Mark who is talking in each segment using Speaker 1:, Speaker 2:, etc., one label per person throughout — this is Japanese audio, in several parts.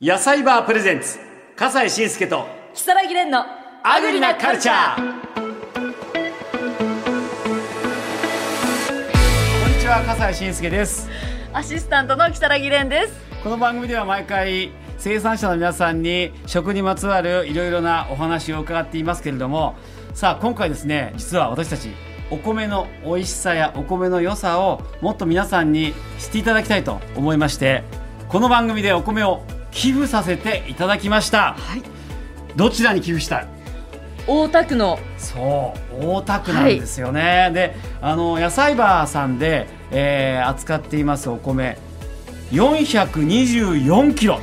Speaker 1: 野菜バープレゼンツ笠西慎介と
Speaker 2: 木更木蓮の
Speaker 1: アグリなカルチャーこんにちは笠西慎介です
Speaker 2: アシスタントの木更木蓮です
Speaker 1: この番組では毎回生産者の皆さんに食にまつわるいろいろなお話を伺っていますけれどもさあ今回ですね実は私たちお米の美味しさやお米の良さをもっと皆さんに知っていただきたいと思いましてこの番組でお米を寄付させていただきました、
Speaker 2: い
Speaker 1: どちらに寄付したい
Speaker 2: 大田区の
Speaker 1: そう大田区なんですよね、であの野菜バーさんで、えー扱っていますお米424キロ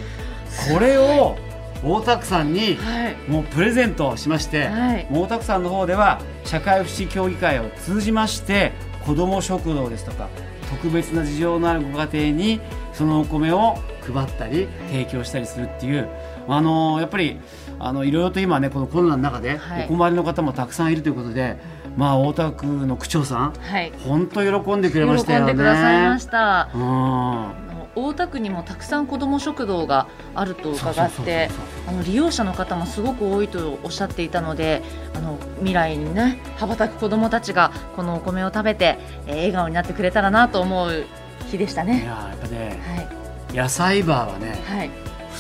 Speaker 1: これを大田区さんに
Speaker 2: はい
Speaker 1: もうプレゼントしまして、
Speaker 2: はい
Speaker 1: もう大田区さんの方では社会福祉協議会を通じまして子ども食堂ですとか特別な事情のあるご家庭にそのお米を配ったり提供したりするっていう、あのやっぱりあのいろいろと今ねこのコロナの中で
Speaker 2: はい
Speaker 1: お困りの方もたくさんいるということで、まあ大田区の区長さん
Speaker 2: はい
Speaker 1: 本当喜んでく
Speaker 2: 喜
Speaker 1: れましたよ
Speaker 2: ん
Speaker 1: ね。
Speaker 2: でくださいました
Speaker 1: うん
Speaker 2: あの大田区にもたくさん子ども食堂があると伺
Speaker 1: そ
Speaker 2: っ
Speaker 1: うそうそう
Speaker 2: て
Speaker 1: そう
Speaker 2: あの利用者の方もすごく多いとおっしゃっていたのであの未来にね羽ばたく子どもたちがこのお米を食べて、えー笑顔になってくれたらなと思う日でした
Speaker 1: い
Speaker 2: ね。
Speaker 1: ややっぱね
Speaker 2: はい
Speaker 1: 野菜バーはね
Speaker 2: はい、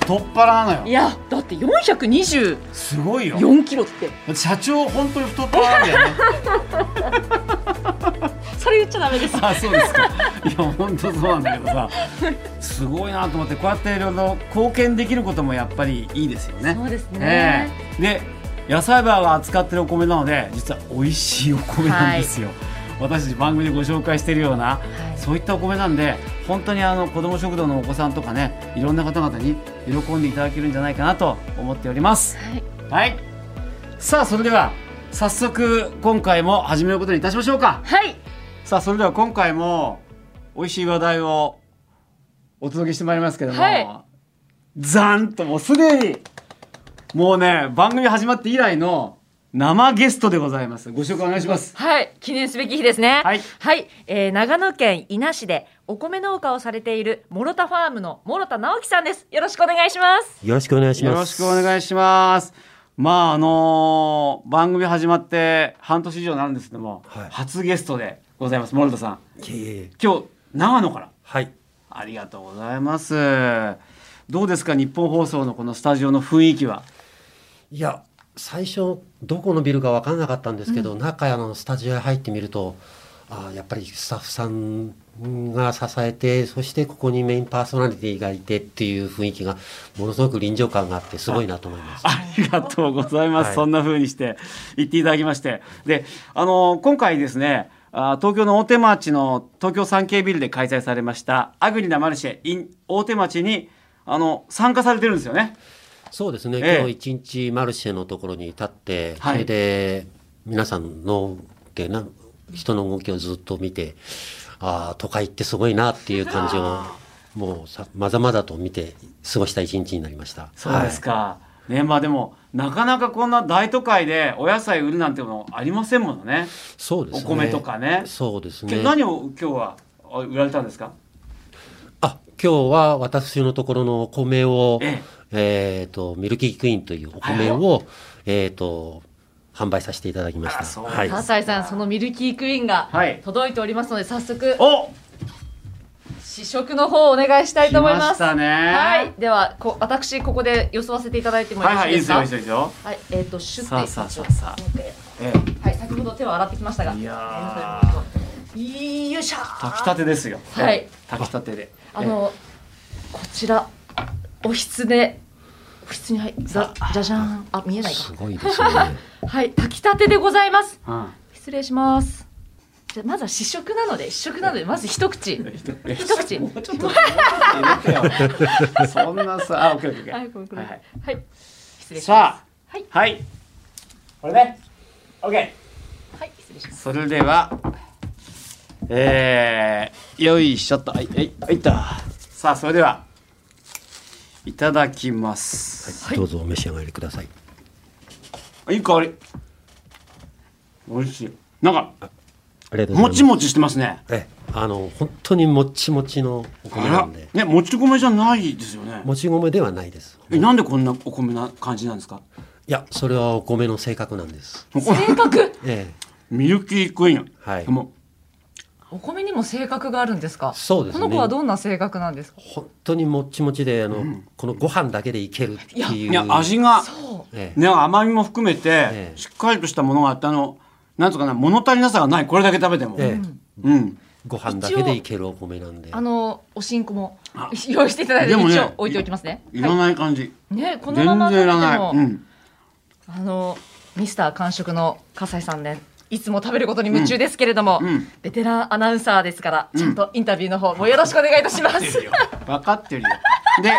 Speaker 1: 太っ腹なの
Speaker 2: い
Speaker 1: よ
Speaker 2: やだって424
Speaker 1: すごいよ
Speaker 2: キロって
Speaker 1: 社長本当に太っ腹なんだよね
Speaker 2: それ言っちゃダメです。
Speaker 1: あそうですかいや本当そうなんだけどさすごいなと思ってこうやっていろいろ貢献できることもやっぱりいいですよね
Speaker 2: そうですね
Speaker 1: ええで野菜バーが扱ってるお米なので実は美味しいお米なんですよ、私たち番組でご紹介しているような
Speaker 2: はい
Speaker 1: そういったお米なんで本当にあの子ども食堂のお子さんとかねいろんな方々に喜んでいただけるんじゃないかなと思っております
Speaker 2: はい
Speaker 1: はい。さあ、それでは、早速、今回も始めることにいたしましょうか。
Speaker 2: はい
Speaker 1: さあ、それでは今回も、美味しい話題をお届けしてまいりますけども、
Speaker 2: はい
Speaker 1: ざんともうすでに、もうね、番組始まって以来の生ゲストでございます。ご紹介お願いします。
Speaker 2: はい、記念すべき日ですね。
Speaker 1: はい
Speaker 2: えー長野県伊那市でお米農家をされている諸田ファームの諸田直樹さんです。よろしくお願いします。
Speaker 3: よろしくお願いし
Speaker 1: よ
Speaker 3: ま
Speaker 1: ろし
Speaker 3: す。
Speaker 1: くお願いします。まああのー番組始まって半年以上になるんですけども、
Speaker 3: はい
Speaker 1: 初ゲストでございます森田さん
Speaker 3: いえいえ
Speaker 1: 今日長野から
Speaker 3: はい。
Speaker 1: ありがとうございます。どうですか、日本放送のこのスタジオの雰囲気は。
Speaker 3: いや、最初、どこのビルか分からなかったんですけど、中あのスタジオへ入ってみると、あーやっぱりスタッフさんが支えて、そしてここにメインパーソナリティがいてっていう雰囲気が、ものすごく臨場感があって、すごいなと思います。
Speaker 1: ありがとうございます。
Speaker 3: はい
Speaker 1: そんな風にして言っていただきまして。で、あの今回ですね、あ東京の大手町の東京産経ビルで開催されましたアグリなマルシェ in 大手町にあの参加されてるんですよね。
Speaker 3: そうですね、
Speaker 1: ええ
Speaker 3: 今日一日マルシェのところに立って、
Speaker 1: はい
Speaker 3: それで皆さんのでな人の動きをずっと見て、ああ、都会ってすごいなっていう感じを、もうさまざまだと見て過ごした一日になりました。
Speaker 1: そうですか。ね、まあでもなかなかこんな大都会でお野菜売るなんてものありませんものね。
Speaker 3: はいそうですね、
Speaker 1: お米とかね
Speaker 3: そうです
Speaker 1: 今
Speaker 3: ね
Speaker 1: 日。何を今日はあ売られたんですか。
Speaker 3: あ今日は私のところのお米を、
Speaker 1: ええ
Speaker 3: えーとミルキークイーンというお米を、えー、と販売させていただきまし
Speaker 1: あ
Speaker 3: た。
Speaker 1: そうです
Speaker 3: はい
Speaker 1: か
Speaker 2: 葛西さん、そのミルキークイーンが
Speaker 1: はい
Speaker 2: 届いておりますので、早速
Speaker 1: お、
Speaker 2: 試食の方をお願いしたいと思います。
Speaker 1: 来ましたね
Speaker 2: はい、ではこ私ここで予想させていただいてもよ
Speaker 1: はい
Speaker 2: ろし
Speaker 1: はいいいい
Speaker 2: で
Speaker 1: ですす
Speaker 2: か。
Speaker 1: よい
Speaker 2: はいい、
Speaker 1: ですよいいですよ。
Speaker 2: えっ、とシュッて
Speaker 1: さあさあさあさあ
Speaker 2: もう一回
Speaker 1: ええ
Speaker 2: はい、先ほど手を洗ってきましたが。
Speaker 1: いや
Speaker 2: ー。よいしょー。
Speaker 1: 炊きたてですよ。
Speaker 2: はい
Speaker 1: 炊きたてで。
Speaker 2: あのこちらおひつでおひつに入っじゃじゃじゃーんあ見えない
Speaker 3: す
Speaker 2: か
Speaker 3: ごいですね。
Speaker 2: はい炊きたてでございます
Speaker 1: ええ、うん
Speaker 2: 失礼しますじゃあまずは試食なので試食なのでまず一 口一口
Speaker 1: もうちょっと。もうちょっと入れてよそんなさ、あ、オッケーオッケー
Speaker 2: は
Speaker 1: オ
Speaker 2: い
Speaker 1: ッ
Speaker 2: ごめん
Speaker 1: ケー。
Speaker 2: ごめ
Speaker 1: は
Speaker 2: ん
Speaker 1: いは
Speaker 2: はい失
Speaker 1: い。
Speaker 2: 礼します
Speaker 1: さあ
Speaker 2: はい、
Speaker 1: はい。これね。オッケー。
Speaker 2: はい失 礼します
Speaker 1: それでは、えー、よいしょっと、はい、はい、はい、と。さあ、それでは、いただきます。
Speaker 3: どうぞお召し上がりください。
Speaker 1: い、い香り。美味しい。なんか、
Speaker 3: ありがとうござい
Speaker 1: も
Speaker 3: ま
Speaker 1: ち
Speaker 3: す。
Speaker 1: もちしてますね。
Speaker 3: ええあの本当にもっちもちのお米な
Speaker 1: あ
Speaker 3: んで
Speaker 1: らねもち米じゃないですよね
Speaker 3: もち米ではないです
Speaker 1: えなんでこんなお米な感じなんですか
Speaker 3: いやそれはお米の性格なんです
Speaker 2: 性格
Speaker 3: ええ
Speaker 1: ミルキークイーン、
Speaker 3: はい
Speaker 1: も
Speaker 2: お米にも性格があるんですか
Speaker 3: そうですね
Speaker 2: この子はどんな性格なんですか
Speaker 3: 本当にもっちもちであの、このご飯だけでいけるって
Speaker 1: う
Speaker 3: い
Speaker 1: いうや味が
Speaker 2: そ
Speaker 3: ええ
Speaker 1: ね、甘みも含めて、
Speaker 3: え
Speaker 1: しっかりとしたものがあってあのなんとかな物足りなさがないこれだけ食べても、
Speaker 3: ええ
Speaker 1: うん、
Speaker 3: ご飯だけでいけるお米なんで
Speaker 2: うあのおしんこも
Speaker 1: あ
Speaker 2: 用意していただいて
Speaker 1: でもね
Speaker 2: 一応置いておきますね
Speaker 1: いらない感じ、
Speaker 2: ねこの
Speaker 1: 全
Speaker 2: まま食
Speaker 1: 然い
Speaker 2: べて
Speaker 1: らない、
Speaker 2: も、
Speaker 1: うん、
Speaker 2: あのミスター完食の笠井さんねいつも食べることに夢中ですけれども、
Speaker 1: うんうん
Speaker 2: ベテランアナウンサーですから、ちゃんとインタビューの方もよろしくお願いいたします
Speaker 1: 分かってるよで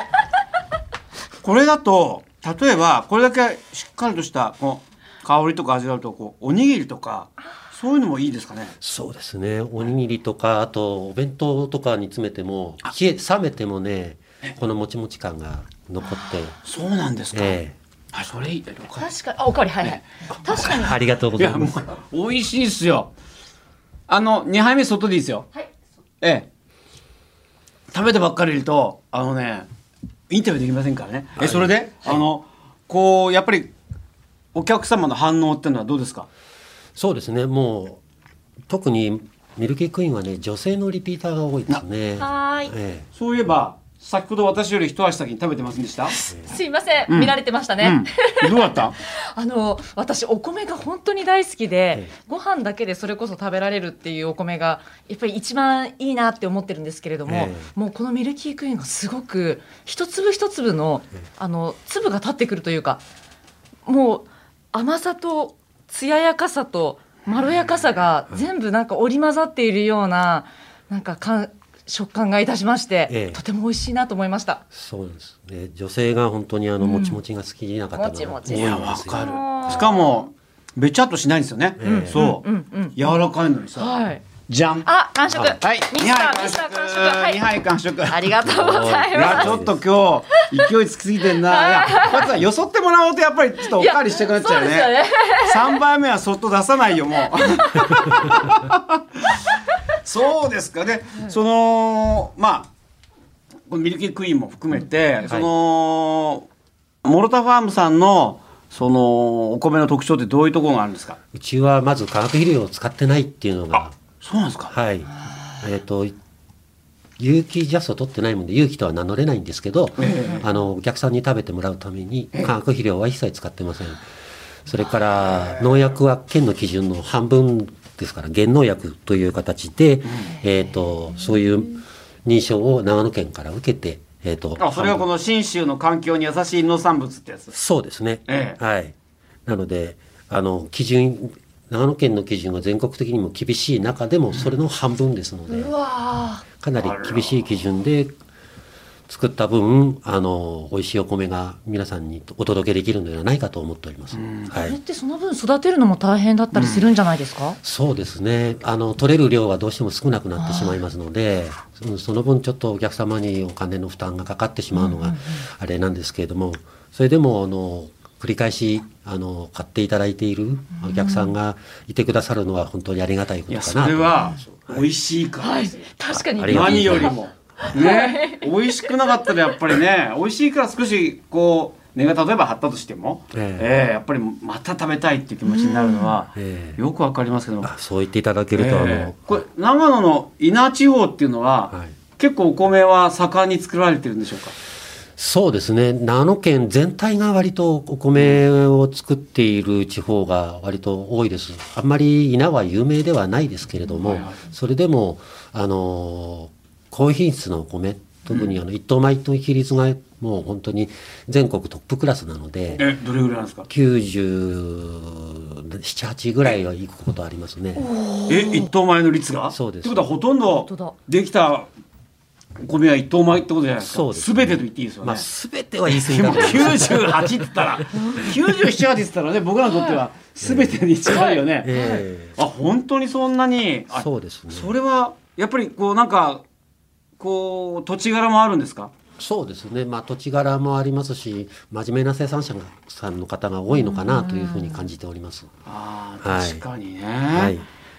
Speaker 1: これだと例えばこれだけしっかりとしたこう香りとか味があるとこうおにぎりとかそういうのもいいですかね
Speaker 3: そうですねおにぎりとかあとお弁当とかに詰めても冷え冷めてもねこのもちもち感が残って
Speaker 1: そうなんですか、
Speaker 3: え
Speaker 1: あそれいいだよか
Speaker 2: 確かにあおかわりはいはい確かに
Speaker 3: えありがとうご
Speaker 1: い
Speaker 3: ざ
Speaker 1: や
Speaker 3: いま
Speaker 1: も
Speaker 3: す
Speaker 1: う美味しいっすよあの2杯目外でいいですよ
Speaker 2: はい
Speaker 1: ええ食べてばっかりいるとあのねインタビューできませんからねえそれで、あのこうやっぱりお客様の反応っていうのはどうですか
Speaker 3: そうですねもう特にミルキークイーンはね女性のリピーターが多いですね
Speaker 2: はーい
Speaker 3: え
Speaker 1: そういえば先ほど私より一足先に食べてませんでした、
Speaker 2: すいません、見られてましたね、
Speaker 1: うん、どうだった
Speaker 2: あの私お米が本当に大好きで
Speaker 3: ええ
Speaker 2: ご飯だけでそれこそ食べられるっていうお米がやっぱり一番いいなって思ってるんですけれども、
Speaker 3: ええ
Speaker 2: もうこのミルキークイーンがすごく一粒一粒のあの粒が立ってくるというかもう甘さと艶やかさとまろやかさが全部なんか織り交ざっているようななんかかん食感がいたしまして、
Speaker 3: ええ
Speaker 2: とても美味しいなと思いました。
Speaker 3: そうなんです、ね、女性が本当にあのもちもちが好きな方が
Speaker 2: もちもち
Speaker 3: 多いんですよ
Speaker 1: いやわかる
Speaker 2: あー
Speaker 1: しかもべちゃっとしないんですよね、
Speaker 3: ええ
Speaker 1: そう、
Speaker 2: うんうん
Speaker 1: 柔らかいのにさ、
Speaker 2: はい。
Speaker 1: じゃん
Speaker 2: あ、完食。
Speaker 1: はい
Speaker 2: ミ
Speaker 1: 二
Speaker 2: ス
Speaker 1: 杯
Speaker 2: ター、
Speaker 1: 完
Speaker 2: ミスター
Speaker 1: 食
Speaker 2: 完食。はい
Speaker 1: 二。杯完食
Speaker 2: ありがとうござい
Speaker 1: いや
Speaker 2: ま
Speaker 1: ちょっと今日勢いつきすぎてん な。いやこいつはよそってもらおうとやっぱりちょっとおかわりしたくなっちゃう
Speaker 2: いやそう
Speaker 1: ね
Speaker 2: です。
Speaker 1: 三、杯目はそっと出さないよもう。 そうですかね。そのまあこのミルキークイーンも含めて、そのモルタファームさんのそのお米の特徴ってどういうところがあるんですか。
Speaker 3: うちはまず化学肥料を使ってないっていうのが
Speaker 1: そうなんですか。
Speaker 3: はいえっ、と有機ジャスを取ってないもんで有機とは名乗れないんですけど、あのお客さんに食べてもらうために化学肥料は一切使ってませんそれから農薬は県の基準の半分ですから減農薬という形で、えっ、とそういう認証を長野県から受けてえっ、と
Speaker 1: あそれがこの信州の環境に優しい農産物ってやつ。
Speaker 3: そうですね、
Speaker 1: ええ
Speaker 3: はい、なのであの基準長野県の基準が全国的にも厳しい中でもそれの半分ですので、
Speaker 2: す。うわ
Speaker 3: かなり厳しい基準で作った分あの美味しいお米が皆さんにお届けできるのではないかと思っております、
Speaker 2: ー。
Speaker 3: は
Speaker 2: これっ
Speaker 3: い、
Speaker 2: てその分育てるのも大変だったりするんじゃないですか。
Speaker 3: そうですねあの取れる量はどうしても少なくなってしまいますのでうんその分ちょっとお客様にお金の負担がかかってしまうのがあれなんですけれども、それでもあの繰り返しあの買っていただいているお客さんがいてくださるのは本当にありがたい
Speaker 1: い
Speaker 3: こと
Speaker 1: や
Speaker 3: か
Speaker 1: そ
Speaker 3: なと
Speaker 1: れは美味しいから。
Speaker 2: はい。確かに。
Speaker 3: ありがとう
Speaker 1: 何よりも。ね、美味しくなかったらやっぱりね美味しいから少しこう根が例えば張ったとしても、
Speaker 3: え
Speaker 1: ええやっぱりまた食べたいっていう気持ちになるのは、
Speaker 3: ええ
Speaker 1: よくわかりますけども、
Speaker 3: あそう言っていただけると、あ
Speaker 1: ええ
Speaker 3: の
Speaker 1: これ長野の稲地方っていうのは、
Speaker 3: はい
Speaker 1: 結構お米は盛んに作られてるんでしょうか
Speaker 3: そうですね長野県全体が割とお米を作っている地方が割と多いですあんまり稲は有名ではないですけれども、
Speaker 1: はいはい
Speaker 3: それでもあの高品質のお米特にあの一等米一等比率がもう本当に全国トップクラスなので
Speaker 1: えどれぐらいなんですか
Speaker 3: 978ぐらいは行くことありますね
Speaker 1: え一等米の率が
Speaker 3: そうで
Speaker 1: っ
Speaker 3: す
Speaker 1: てことはほとん
Speaker 2: 当だ
Speaker 1: どできたお米は一等米ってことじゃないですか
Speaker 3: そうです
Speaker 1: 全
Speaker 3: ね
Speaker 1: てと言っていいですよね、
Speaker 3: まあ全ては言い過ぎ
Speaker 1: で
Speaker 3: だ
Speaker 1: も
Speaker 3: と思います
Speaker 1: 98って言ったら97って言ったらね僕らにとっては全てに近いよね、
Speaker 3: ええ
Speaker 1: あ本当にそんなにあ
Speaker 3: そうですね
Speaker 1: それはやっぱりこうなんかこう土地柄もあるんですか
Speaker 3: そうですね、まあ、土地柄もありますし真面目な生産者さんの方が多いのかなというふうに感じております。
Speaker 1: あ
Speaker 3: は
Speaker 1: ー確
Speaker 3: い
Speaker 1: かにね、
Speaker 3: はい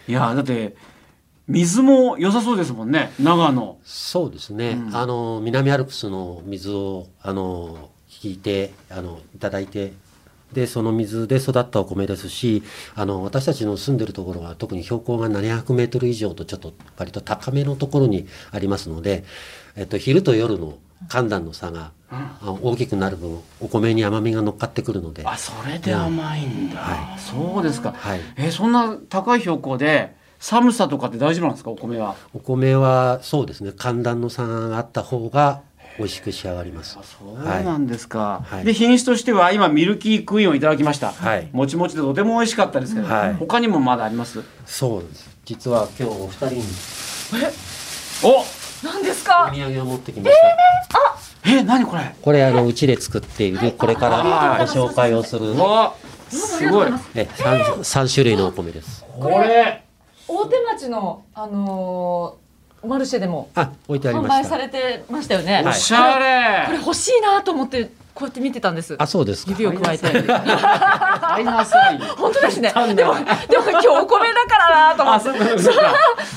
Speaker 1: い、やだって水も良さそうですもんね長野
Speaker 3: そうですね、
Speaker 1: うん
Speaker 3: あの南アルプスの水をあの引いてあのいただいてでその水で育ったお米ですしあの私たちの住んでるところは特に標高が700メートル以上とちょっと割と高めのところにありますので、えっと、昼と夜の寒暖の差があ大きくなる分お米に甘みが乗っかってくるので、
Speaker 1: あそれで甘いんだ、そうですか、
Speaker 3: はい、
Speaker 1: えそんな高い標高で寒さとかって大丈夫なんですかお米は
Speaker 3: お米はそうですね寒暖の差があった方が美味しく仕上がります
Speaker 1: あ。そうなんですか、
Speaker 3: はい
Speaker 1: で品種としては今ミルキークイーンをいただきました、
Speaker 3: はい
Speaker 1: もちもちでとても美味しかったですけど、
Speaker 3: はい
Speaker 1: 他にもまだあります
Speaker 3: そうです。実は今日お二人に
Speaker 1: お
Speaker 2: 何です
Speaker 3: お
Speaker 2: か
Speaker 3: 土産を持ってきました。
Speaker 1: え何これ
Speaker 3: これあのうちで作っているこれからご紹介をする
Speaker 1: わ
Speaker 2: す
Speaker 1: すごい
Speaker 3: え三三種類のお米です。
Speaker 1: これ
Speaker 2: 大手町のあのーマルシェでも
Speaker 3: あ置いてあり
Speaker 2: 販
Speaker 3: ま
Speaker 2: 売
Speaker 3: し
Speaker 2: さ
Speaker 3: た。
Speaker 2: れてましたよね、
Speaker 1: おしゃ
Speaker 2: これ
Speaker 1: れ
Speaker 2: 欲しいなと思ってこうやって見てたんです
Speaker 3: あそうですか。
Speaker 2: 指を加えて
Speaker 1: 買いなさいよ
Speaker 2: 本当ですね
Speaker 1: 単なる
Speaker 2: でもでも今日お米だからなと思
Speaker 1: あ
Speaker 2: って
Speaker 1: そうかそうか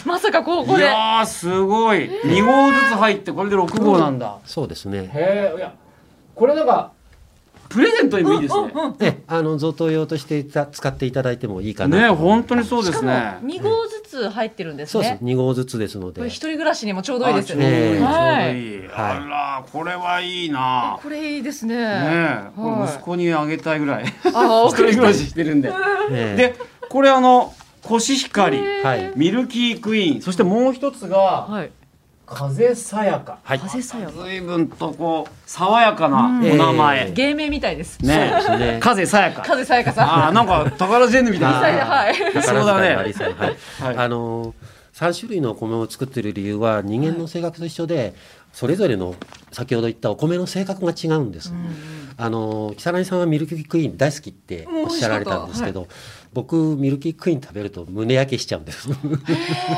Speaker 2: まさかこう
Speaker 1: い
Speaker 2: これ
Speaker 1: やーすごい2合ずつ入ってこれで6合なんだ、
Speaker 3: そうですね。
Speaker 1: へえいやこれなんかプレゼントにもいいですね、
Speaker 3: えあの贈答用としていた使っていただいてもいいかな。
Speaker 1: ね本当にそう
Speaker 2: し
Speaker 1: で
Speaker 2: か
Speaker 1: す
Speaker 2: も
Speaker 1: ね
Speaker 2: 2合ずつ入ってるんです
Speaker 3: そうです
Speaker 2: ね
Speaker 3: 二合ずつですの
Speaker 2: こ
Speaker 3: で
Speaker 2: れ一。人暮らしにもちょうどいいです
Speaker 1: あちょう
Speaker 2: よ
Speaker 1: どいい
Speaker 3: ええ
Speaker 2: ねは
Speaker 1: ちょうど
Speaker 2: い
Speaker 1: いい
Speaker 3: はい
Speaker 1: あらこれはいいな
Speaker 2: これいいですね
Speaker 1: ねえこれ息子にあげたいぐらい一
Speaker 2: あ
Speaker 1: 人暮らししてるんで
Speaker 3: え
Speaker 1: でこれあのコシヒカリ
Speaker 3: えはい
Speaker 1: ミルキークイーンそしてもう一つが
Speaker 2: はい
Speaker 1: 風さやか
Speaker 3: はい。
Speaker 2: 風さや
Speaker 1: 随分とこう爽やかな
Speaker 2: う
Speaker 1: お
Speaker 2: ん
Speaker 1: 名前
Speaker 3: え
Speaker 1: ね
Speaker 2: 芸名みたいです
Speaker 1: え
Speaker 3: そうですね
Speaker 1: 風さやか
Speaker 2: 風さやかさん
Speaker 1: ああなんか宝ジェンヌみたい
Speaker 3: あー
Speaker 2: 風さ
Speaker 1: なそ
Speaker 2: やはい
Speaker 1: うだね
Speaker 3: 宝塚の有沙
Speaker 1: は
Speaker 3: はいい。あの三種類のお米を作っている理由は人間の性格と一緒でそれぞれの先ほど言ったお米の性格が違うんです。あの木更木さんはミルキークイーン大好きっておっしゃられたんですけど、僕ミルキークイーン食べると胸焼けしちゃうんです。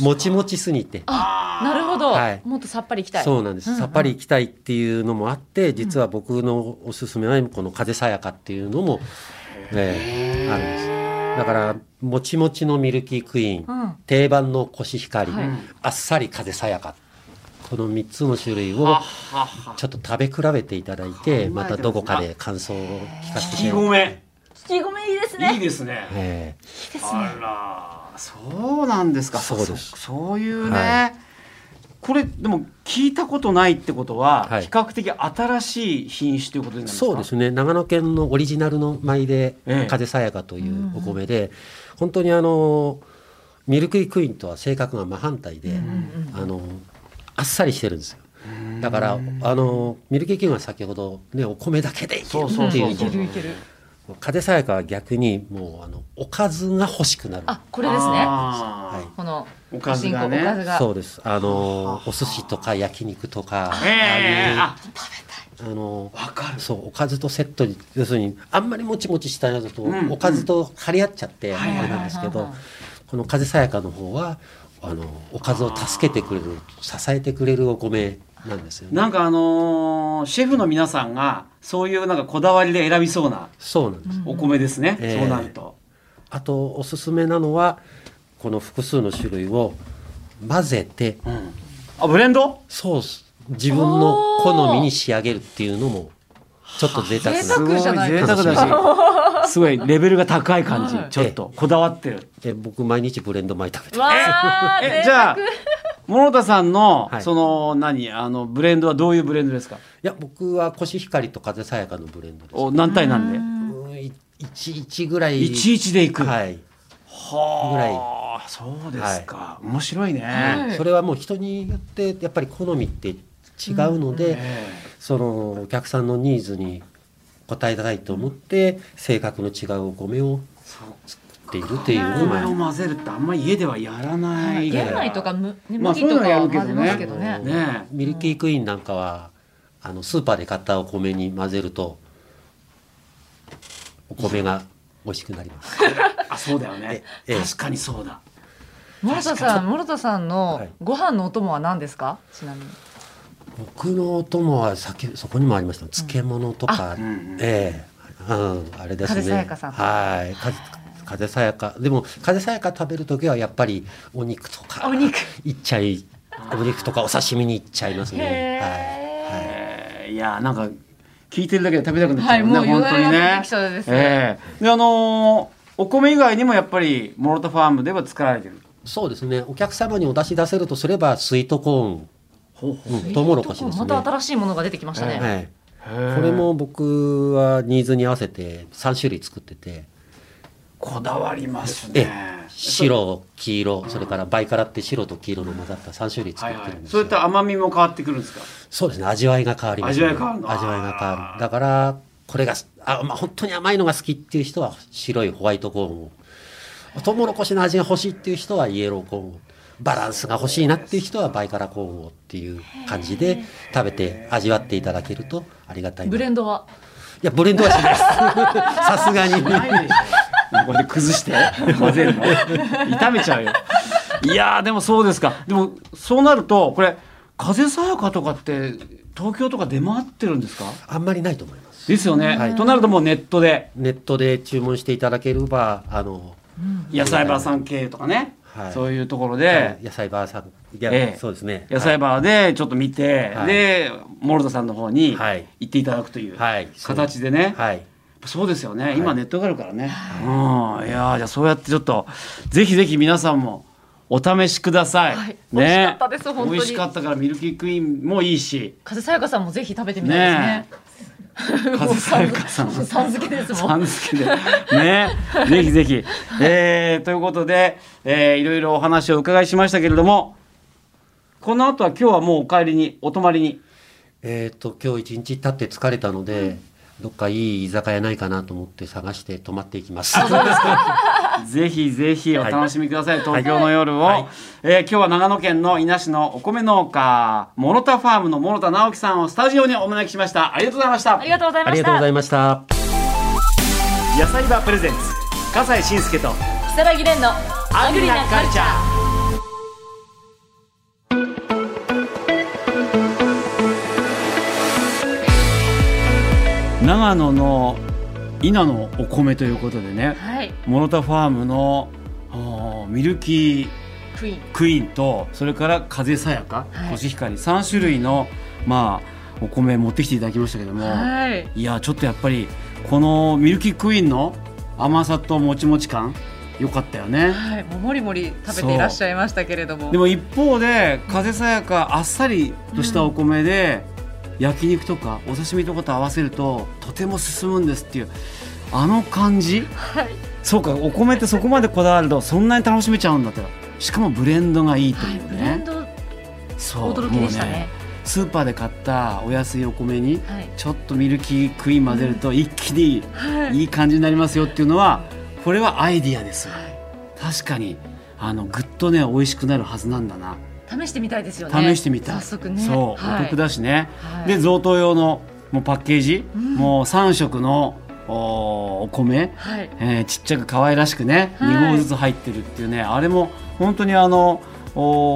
Speaker 3: もちもちすぎて。
Speaker 2: なるほど
Speaker 3: はい
Speaker 2: もっとさっぱりいきたい
Speaker 3: そうなんです、さっぱりいきたいっていうのもあって実は僕のおすすめはこの「風さやか」っていうのも、ええあるんですだからもちもちのミルキークイーン、
Speaker 2: うん
Speaker 3: 定番のコシヒカリ、
Speaker 2: はい
Speaker 3: あっさり風さやかこの3つの種類を
Speaker 1: あはは
Speaker 3: ちょっと食べ比べていただいてまたどこかで感想を聞かせ
Speaker 1: 聞き
Speaker 3: てください。
Speaker 1: 込
Speaker 2: 聞き込めいいです
Speaker 1: めいい
Speaker 2: ね
Speaker 1: ですね
Speaker 3: え
Speaker 1: あらそうなんですか
Speaker 3: そうです
Speaker 1: そそういうね、
Speaker 3: は
Speaker 1: これでも聞いたことないってことは、
Speaker 3: はい
Speaker 1: 比較的新しい品種ということになるん
Speaker 3: え
Speaker 1: ですか
Speaker 3: そうですね長野県のオリジナルの米で「
Speaker 1: ええ
Speaker 3: 風さやか」というお米で、本当にあのミルクイクイーンとは性格が真反対で、あのあっさりしてるんですよだからあのミルクイクイーンは先ほど、ね、お米だけでいける
Speaker 1: そう
Speaker 3: って
Speaker 1: そ
Speaker 3: いうう
Speaker 1: そう
Speaker 3: 意
Speaker 2: いけるい
Speaker 3: 見
Speaker 2: ける
Speaker 3: 風さやかは逆にもうあのおかずが欲しくなる
Speaker 2: あこれですね
Speaker 1: あ
Speaker 3: はい
Speaker 1: ー
Speaker 2: この
Speaker 1: おかずがね
Speaker 2: おかずが
Speaker 3: そうですあのお寿司とか焼肉とかあ
Speaker 1: ええあ
Speaker 3: あいうあの
Speaker 1: わかる
Speaker 3: そうおかずとセットに要するにあんまりもちもちしたやつだと、
Speaker 1: うん
Speaker 3: おかずと張り合っちゃって
Speaker 1: ん
Speaker 3: あれなんですけど、
Speaker 2: はいはいはいはい
Speaker 3: この風さやかの方はあのおかずを助けてくれる支えてくれるお米なんですよね。
Speaker 1: なんかあのーシェフの皆さんがそういうなんかこだわりで選びそうな
Speaker 3: そうなんです、
Speaker 1: お米ですね、
Speaker 3: ええ
Speaker 1: そうなると、
Speaker 3: あとおすすめなのはこの複数の種類を混ぜて
Speaker 1: うん、あブレンド
Speaker 3: ソース自分の好みに仕上げるっていうのもちょっと贅沢
Speaker 2: 贅沢
Speaker 3: な。
Speaker 2: じゃな
Speaker 1: す
Speaker 2: い
Speaker 1: ごい贅沢だしすごいレベルが高い感じ、
Speaker 2: はい
Speaker 1: ちょっとこだわってる
Speaker 3: え僕毎日ブレンド米食べてます
Speaker 2: わあ
Speaker 1: え
Speaker 2: 贅
Speaker 1: じゃあ
Speaker 2: 沢
Speaker 1: 諸田さんの、
Speaker 3: はい
Speaker 1: その何あのブレンドはどういうブレンドですか
Speaker 3: いや僕はコシヒカリと風さやかのブレンドです。
Speaker 1: お何対何で
Speaker 3: 11ぐらい
Speaker 1: 11でいく
Speaker 3: はい、
Speaker 1: はあそうですか、面白いね、
Speaker 2: はい
Speaker 3: それはもう人によってやっぱり好みって違うので、
Speaker 1: ええ
Speaker 3: そのお客さんのニーズに応えたいと思って性格の違うお米を
Speaker 1: そう
Speaker 3: 作っているっていう
Speaker 1: お
Speaker 3: の
Speaker 1: 米を
Speaker 3: が
Speaker 1: 混ぜるってあんまり家ではやらない
Speaker 2: 玄米とかむね
Speaker 1: まあ
Speaker 2: 麦とかは混
Speaker 1: そうい
Speaker 2: ぜ
Speaker 1: うのは
Speaker 2: ま
Speaker 1: やる
Speaker 2: すけ
Speaker 1: け
Speaker 2: ど
Speaker 1: ど
Speaker 2: ね
Speaker 1: ねね
Speaker 3: ミルキークイーンなんかはあのスーパーで買ったお米に混ぜるとお米が美味しくなります。
Speaker 1: あそうだよね、
Speaker 3: ええ
Speaker 1: 確かにそうだ
Speaker 2: 諸田さん諸田さん
Speaker 3: は
Speaker 2: の
Speaker 3: い
Speaker 2: ご飯のお供は何ですかちなみに
Speaker 3: 僕のお供は先そこにもありました漬物とか、
Speaker 1: んうん
Speaker 3: ええうんあれですね
Speaker 2: 風さやかさん
Speaker 3: はいか風さやかでも風さやか食べる時はやっぱりお肉とか
Speaker 2: お肉
Speaker 3: いっちゃいお肉とかお刺身にいっちゃいますね。はいはい
Speaker 1: えーいやーなんか聞いてるだけで食べたくなっちゃうね、
Speaker 2: はいもう
Speaker 1: 本当に
Speaker 2: よだれが出
Speaker 1: ね
Speaker 2: てきそうですね
Speaker 1: ええであのーお米以外にもやっぱりモロタファームでは作られてる
Speaker 3: そうですね。お客様にお出し出せるとすれば、スイートコーン。うんトウモロコシですね。
Speaker 2: また新しいものが出てきましたね、
Speaker 3: はい。これも僕はニーズに合わせて3種類作ってて、
Speaker 1: こだわります
Speaker 3: え
Speaker 1: ね
Speaker 3: え白、黄色、それからバイカラって白と黄色の混ざった3種類
Speaker 1: は
Speaker 3: 作
Speaker 1: い
Speaker 3: っ
Speaker 1: は
Speaker 3: て
Speaker 1: い
Speaker 3: るん、です
Speaker 1: そうい
Speaker 3: よ
Speaker 1: った甘みも変わってくるんですか
Speaker 3: そうですね。味わいが変わります、
Speaker 1: 味
Speaker 3: ね。
Speaker 1: わい変わるの
Speaker 3: 味わいが変わる。だから、これが、あ、まあ、本当に甘いのが好きっていう人は白いホワイトコーンを。トウモロコシの味が欲しいっていう人はイエローコーンを。バランスが欲しいなっていう人はバイカラコーンをっていう感じで食べて味わっていただけるとありがたいな。
Speaker 2: ブレ
Speaker 3: い
Speaker 2: ンドは
Speaker 3: や、ブレンドはしないです。 さすがに。
Speaker 1: ないでしょ これで崩 して混ぜるの炒めちゃうよいやーでもそうですかでもそうなるとこれ風さやかとかって東京とか出回ってるんですか
Speaker 3: あんまりないと思います。
Speaker 1: ですよね、となるともうネットで
Speaker 3: ネットで注文していただければ、あの、
Speaker 1: 野菜バーさん系とかね、
Speaker 3: はい
Speaker 1: そういうところで、
Speaker 3: 野菜バーさん、いや
Speaker 1: ええ
Speaker 3: そうですね。
Speaker 1: 野菜バーでちょっと見て、
Speaker 3: はい
Speaker 1: でモルダさんの方に
Speaker 3: はい
Speaker 1: 行っていただくという
Speaker 3: はい
Speaker 1: 形でね、
Speaker 3: はい。
Speaker 1: そうですよね、今ネットがあるからね、うんいやーじゃあそうやってちょっとぜひぜひ皆さんもお試しください、
Speaker 2: はい美味しか
Speaker 1: ね
Speaker 2: ったです本当に
Speaker 1: 美味しかったからミルキークイーンもいいし
Speaker 2: 風さやかさんもぜひ食べてみたいですねもう
Speaker 1: 風さやかさん
Speaker 2: さんさん付けですも
Speaker 1: さ
Speaker 2: ん
Speaker 1: ん付けでねぜひ ぜひ、えーということで、えーいろいろお話をお伺いしましたけれどもこの後は今日はもうお帰りにお泊まりに
Speaker 3: えっ、と、今日一日経って疲れたので、どっかいい居酒屋ないかなと思って探して泊まっていきます。
Speaker 1: ぜひぜひお楽しみください、東京の夜を、えー今日は長野県の伊那市のお米農家モロタファームの諸田直樹さんをスタジオにお招きしましたありがとうございました
Speaker 2: ありがとうござい
Speaker 3: あ
Speaker 2: ま
Speaker 3: り
Speaker 2: し
Speaker 3: がとうござ
Speaker 2: た
Speaker 3: いました。
Speaker 1: 野菜バープレゼンツ笠西慎介と
Speaker 2: 木更木蓮のアグリなカルチャー
Speaker 1: ャー長野の稲のお米ということでね
Speaker 2: はい
Speaker 1: モロタファームのあーミルキー
Speaker 2: クイーン
Speaker 1: クイーンとそれから風さやか、
Speaker 2: はい
Speaker 1: コシヒカリ3種類の、まあ、お米持ってきていただきましたけども、
Speaker 2: はい
Speaker 1: い、やちょっとやっぱりこのミルキークイーンの甘さともちもち感良かったよね
Speaker 2: はい、もうもりもり食べていらっしゃいましたけれども
Speaker 1: でも一方で風さやかあっさりとしたお米で、焼肉とかお刺身とかと合わせるととても進むんですっていうあの感じ
Speaker 2: はい、
Speaker 1: そうかお米ってそこまでこだわるとそんなに楽しめちゃうんだったらしかもブレンドがいいと
Speaker 2: はい
Speaker 1: いう
Speaker 2: ブ
Speaker 1: ね、
Speaker 2: レンド
Speaker 1: そう
Speaker 2: 驚きでした
Speaker 1: もう
Speaker 2: ね
Speaker 1: スーパーで買ったお安いお米に
Speaker 2: はい
Speaker 1: ちょっとミルキークイーン混ぜると一気に
Speaker 2: はい
Speaker 1: いい感じになりますよっていうのはこれはアイディアですよ
Speaker 2: は
Speaker 1: 確かにあのぐっとね美味しくなるはずなんだな、
Speaker 2: い試してみたいですよね
Speaker 1: 試してみたい
Speaker 2: 早速ね
Speaker 1: そう、
Speaker 2: はい
Speaker 1: お得だしね、
Speaker 2: はい
Speaker 1: で贈答用のもうパッケージ、
Speaker 2: ん
Speaker 1: もう3色のおお米、
Speaker 2: はい
Speaker 1: えーちっちゃく可愛らしくね、
Speaker 2: はい
Speaker 1: 2合ずつ入ってるっていうねあれも本当にあの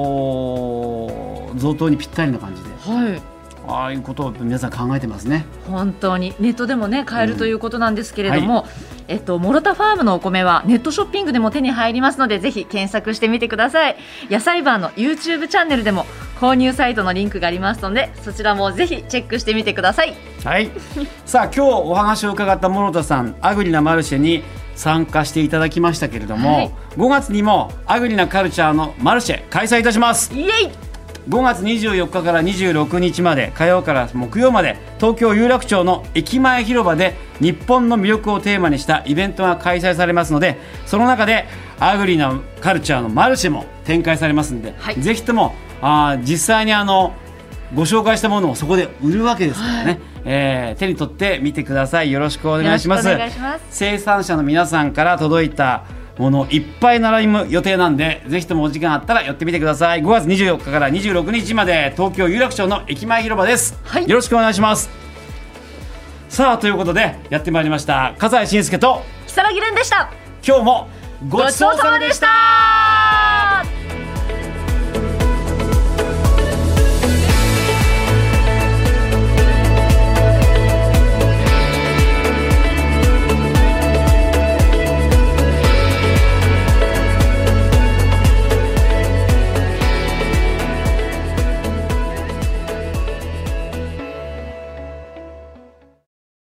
Speaker 1: おー贈答にぴったりな感じで
Speaker 2: はい
Speaker 1: ああいうことを皆さん考えてますね。
Speaker 2: 本当にネットでもね買えるということなんですけれども、えっとモロタファームのお米はネットショッピングでも手に入りますのでぜひ検索してみてください野菜バーの YouTube チャンネルでも購入サイトのリンクがありますのでそちらもぜひチェックしてみてください
Speaker 1: はい。さあ今日お話を伺った諸田さん、アグリなマルシェに参加していただきましたけれども、
Speaker 2: はい
Speaker 1: 5月にもアグリなカルチャーのマルシェ開催いたします。
Speaker 2: イエイ
Speaker 1: 5月24日から26日まで火曜から木曜まで東京有楽町の駅前広場で日本の魅力をテーマにしたイベントが開催されますのでその中でアグリなカルチャーのマルシェも展開されますので、
Speaker 2: はい
Speaker 1: ぜひともあー実際にあのご紹介したものをそこで売るわけですからね、えー手に取ってみてくださいよろしくお願いします
Speaker 2: よろしくお願いします
Speaker 1: 生産者の皆さんから届いたものをいっぱい並ぶ予定なんでぜひともお時間あったら寄ってみてください5月24日から26日まで東京有楽町の駅前広場です、
Speaker 2: はい
Speaker 1: よろしくお願いしますさあということでやってまいりました笠井信介と
Speaker 2: 如月蓮でした
Speaker 1: 今日もごちそうさまでした